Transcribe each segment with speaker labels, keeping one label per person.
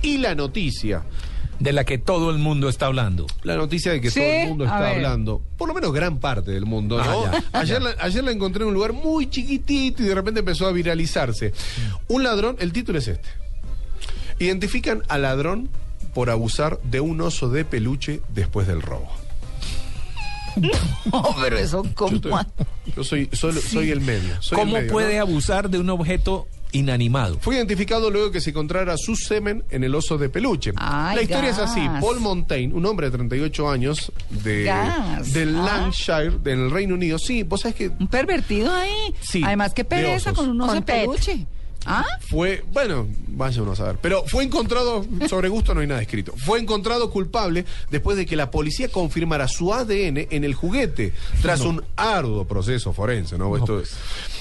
Speaker 1: Y la noticia,
Speaker 2: de la que todo el mundo está hablando.
Speaker 1: la noticia de que todo el mundo
Speaker 3: A
Speaker 1: está
Speaker 3: ver.
Speaker 1: hablando, por lo menos gran parte del mundo, ¿no?
Speaker 2: Ah, ya,
Speaker 1: ayer, La, ayer la encontré en un lugar muy chiquitito y de repente empezó a viralizarse. Un ladrón, el título es este. Identifican al ladrón por abusar de un oso de peluche después del robo.
Speaker 3: No, pero eso
Speaker 1: Yo,
Speaker 3: como...
Speaker 1: estoy- yo soy, solo- soy el medio. soy el
Speaker 2: ¿Cómo
Speaker 1: medio,
Speaker 2: puede
Speaker 1: ¿no?
Speaker 2: abusar de un objeto inanimado?
Speaker 1: Fue identificado luego que se encontrara su semen en el oso de peluche.
Speaker 3: Ay,
Speaker 1: la historia es
Speaker 3: gas.
Speaker 1: así. Paul Montaigne, un hombre de 38 años de,
Speaker 3: Gas,
Speaker 1: de
Speaker 3: ah.
Speaker 1: Lancashire, del Reino Unido. Sí, vos sabés que
Speaker 3: Un pervertido ahí.
Speaker 1: Sí,
Speaker 3: Además, qué
Speaker 1: de
Speaker 3: pereza
Speaker 1: osos.
Speaker 3: con un oso de
Speaker 4: Con tet.
Speaker 3: peluche. ¿Ah?
Speaker 1: fue, bueno, vaya uno a saber, pero fue encontrado, sobre gusto no hay nada escrito, fue encontrado culpable después de que la policía confirmara su ADN en el juguete, tras un arduo proceso forense, ¿no? Esto es-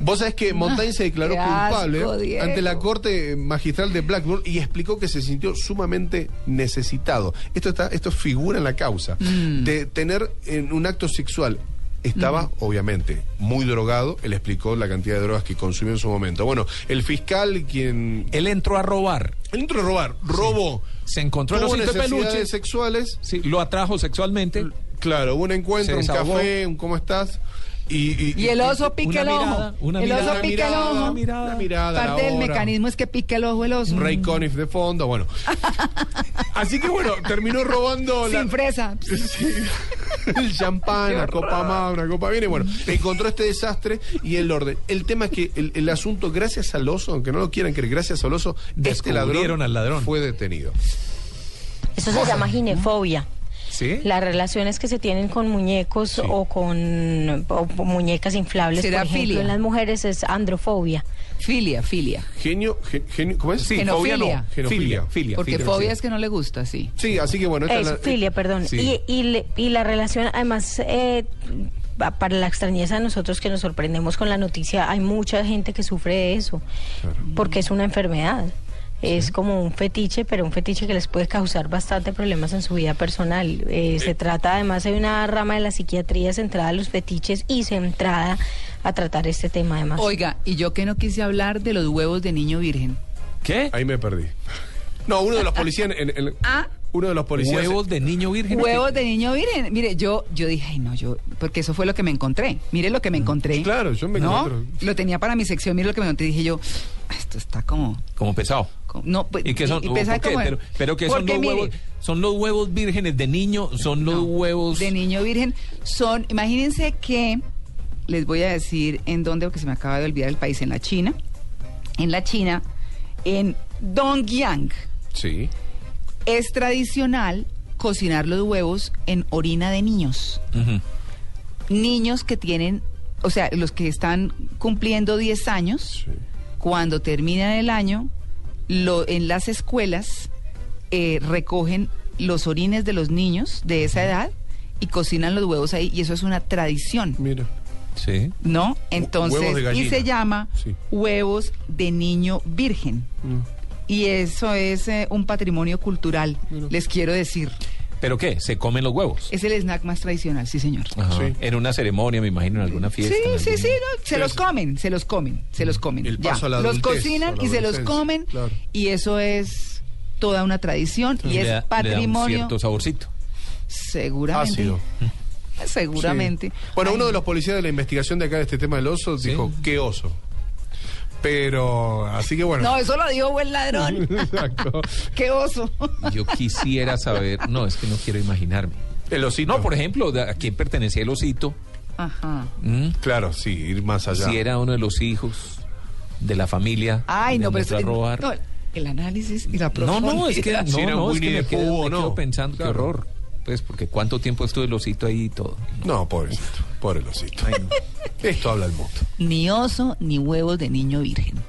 Speaker 1: Vos sabés que Montaigne se declaró
Speaker 3: qué asco,
Speaker 1: culpable
Speaker 3: Diego.
Speaker 1: ante la Corte Magistral de Blackburn y explicó que se sintió sumamente necesitado. Esto, está, esto figura en la causa,
Speaker 3: Mm.
Speaker 1: de tener en un acto sexual estaba, obviamente, muy drogado. Él explicó la cantidad de drogas que consumió en su momento. Bueno, el fiscal, quien.
Speaker 2: Él entró a robar,
Speaker 1: Él entró a robar, robó.
Speaker 2: se encontró el
Speaker 1: tuvo
Speaker 2: osito de
Speaker 1: necesidades
Speaker 2: peluche,
Speaker 1: sexuales.
Speaker 2: sí, lo atrajo sexualmente,
Speaker 1: Claro, hubo un encuentro,
Speaker 2: Se
Speaker 1: un
Speaker 2: desahogó.
Speaker 1: café, un cómo estás. Y,
Speaker 3: Y el oso
Speaker 2: una
Speaker 3: pica el
Speaker 2: mirada,
Speaker 3: ojo.
Speaker 2: una
Speaker 3: El
Speaker 2: mirada,
Speaker 3: oso
Speaker 1: la
Speaker 3: pica el
Speaker 1: mirada,
Speaker 3: ojo.
Speaker 1: la mirada,
Speaker 3: Parte
Speaker 1: la
Speaker 3: del
Speaker 1: hora.
Speaker 3: mecanismo es que pica el ojo el oso.
Speaker 1: Ray Conniff de fondo, bueno. Así que bueno, terminó robando la-
Speaker 3: Sin fresa.
Speaker 1: Sí. el champán, la copa más, una copa viene. Bueno, encontró este desastre y el orden. El tema es que el, el asunto, gracias al oso, aunque no lo quieran creer, gracias al oso, este
Speaker 2: Descubrieron
Speaker 1: ladrón,
Speaker 2: al ladrón.
Speaker 1: fue detenido.
Speaker 4: Eso se llama ginefobia.
Speaker 2: ¿sí?
Speaker 4: Las relaciones que se tienen con muñecos o con o con muñecas inflables, por
Speaker 3: Será
Speaker 4: ejemplo,
Speaker 3: filia.
Speaker 4: en las mujeres es androfobia.
Speaker 3: Filia, filia.
Speaker 1: Genio, gen- genio ¿cómo es?
Speaker 2: Sí,
Speaker 3: Genofilia.
Speaker 2: fobia no,
Speaker 1: Genofilia.
Speaker 2: filia, filia,
Speaker 3: Porque
Speaker 2: filia,
Speaker 3: fobia
Speaker 2: sí.
Speaker 3: es que no le gusta, sí.
Speaker 1: Sí, así que bueno, esta
Speaker 4: Es
Speaker 1: es la- eh,
Speaker 4: filia, perdón.
Speaker 2: sí.
Speaker 4: Y, y, le- y la relación, además, eh, pa- para la extrañeza de nosotros que nos sorprendemos con la noticia, hay mucha gente que sufre de eso, porque es una enfermedad. Es como un fetiche, pero un fetiche que les puede causar bastante problemas en su vida personal. Eh, se trata además de una rama de la psiquiatría centrada a los fetiches y centrada a tratar este tema además.
Speaker 3: Oiga, y yo que no quise hablar de los huevos de niño virgen.
Speaker 2: ¿Qué?
Speaker 1: Ahí me perdí. No, uno de los policías. en- en- en-
Speaker 3: Ah.
Speaker 1: Uno de los policías.
Speaker 2: Huevos de niño virgen.
Speaker 3: Huevos de niño virgen. Mire, yo, yo dije, ay no, yo, porque eso fue lo que me encontré. Mire lo que
Speaker 2: Mm.
Speaker 3: me encontré.
Speaker 1: Claro, yo me
Speaker 3: ¿No?
Speaker 1: encontré.
Speaker 3: Lo tenía para mi sección, mire lo que me encontré. Dije yo, "Ah, esto está como.
Speaker 2: Como pesado.
Speaker 3: como- no, pues,
Speaker 2: ¿Y qué son?
Speaker 3: y pesa
Speaker 2: ¿Por qué?
Speaker 3: como-
Speaker 2: Pero, pero que son
Speaker 3: porque
Speaker 2: los
Speaker 3: mire,
Speaker 2: huevos, son los huevos vírgenes de niño, son los
Speaker 3: no,
Speaker 2: huevos
Speaker 3: de niño virgen son, imagínense que les voy a decir en dónde, porque se me acaba de olvidar el país, en la China, en la China, en Dongyang
Speaker 1: Sí.
Speaker 3: es tradicional cocinar los huevos en orina de niños.
Speaker 2: Ujú.
Speaker 3: niños que tienen, o sea, los que están cumpliendo 10 años,
Speaker 1: Sí.
Speaker 3: cuando terminan el año, lo, en las escuelas eh, recogen los orines de los niños de esa edad y cocinan los huevos ahí, y eso es una tradición,
Speaker 1: Mira.
Speaker 2: Sí.
Speaker 3: ¿no?
Speaker 1: huevos de
Speaker 3: Entonces, y
Speaker 1: gallina.
Speaker 3: se llama
Speaker 1: Sí.
Speaker 3: huevos de niño virgen.
Speaker 1: Mm.
Speaker 3: Y eso es eh, un patrimonio cultural,
Speaker 1: Mira.
Speaker 3: les quiero decir.
Speaker 2: ¿Pero qué? ¿Se comen los huevos?
Speaker 3: Es el snack más tradicional, sí, señor.
Speaker 2: Ajá.
Speaker 1: Sí.
Speaker 2: En una ceremonia, me imagino, en alguna fiesta. en
Speaker 3: Sí, sí,
Speaker 2: algún- Mm.
Speaker 3: sí, no, se
Speaker 1: Sí,
Speaker 3: los
Speaker 1: sí.
Speaker 3: comen, se los comen, se los comen.
Speaker 1: El
Speaker 3: ya.
Speaker 1: paso a la
Speaker 3: los
Speaker 1: adultez,
Speaker 3: cocinan
Speaker 1: a la
Speaker 3: y se los
Speaker 1: adolescencia,
Speaker 3: comen
Speaker 1: claro.
Speaker 3: y eso es toda una tradición y
Speaker 2: Le
Speaker 3: es
Speaker 2: da- le da un
Speaker 3: patrimonio
Speaker 2: cierto saborcito.
Speaker 3: seguramente.
Speaker 1: Ácido.
Speaker 3: Seguramente.
Speaker 1: Sí. Bueno, uno de los policías de la investigación de acá de este tema del oso
Speaker 2: Sí.
Speaker 1: dijo, qué oso. Pero, así que bueno.
Speaker 3: No, eso lo dijo buen ladrón.
Speaker 1: Exacto.
Speaker 3: Qué oso.
Speaker 2: Yo quisiera saber, no, es que no quiero imaginarme.
Speaker 1: El osito.
Speaker 2: No, por ejemplo, de- a quién pertenecía el osito,
Speaker 3: Ajá.
Speaker 2: ¿Mm?
Speaker 1: Claro, sí, ir más allá.
Speaker 2: si era uno de los hijos de la familia.
Speaker 3: Ay,
Speaker 2: de
Speaker 3: no, pero
Speaker 2: nuestra
Speaker 3: eso-
Speaker 2: robar.
Speaker 3: no, el análisis y la
Speaker 2: No,
Speaker 3: profundidad.
Speaker 2: no, es que, no,
Speaker 1: Si era
Speaker 2: no, es que
Speaker 1: Winnie
Speaker 2: me,
Speaker 1: the
Speaker 2: quedo,
Speaker 1: Pooh o
Speaker 2: me
Speaker 1: no.
Speaker 2: quedo pensando,
Speaker 1: Claro.
Speaker 2: qué horror. Pues porque cuánto tiempo estuvo el osito ahí y todo.
Speaker 1: No, pobrecito. Pobre el osito. Esto habla el mundo.
Speaker 3: Ni oso, ni huevos de niño virgen.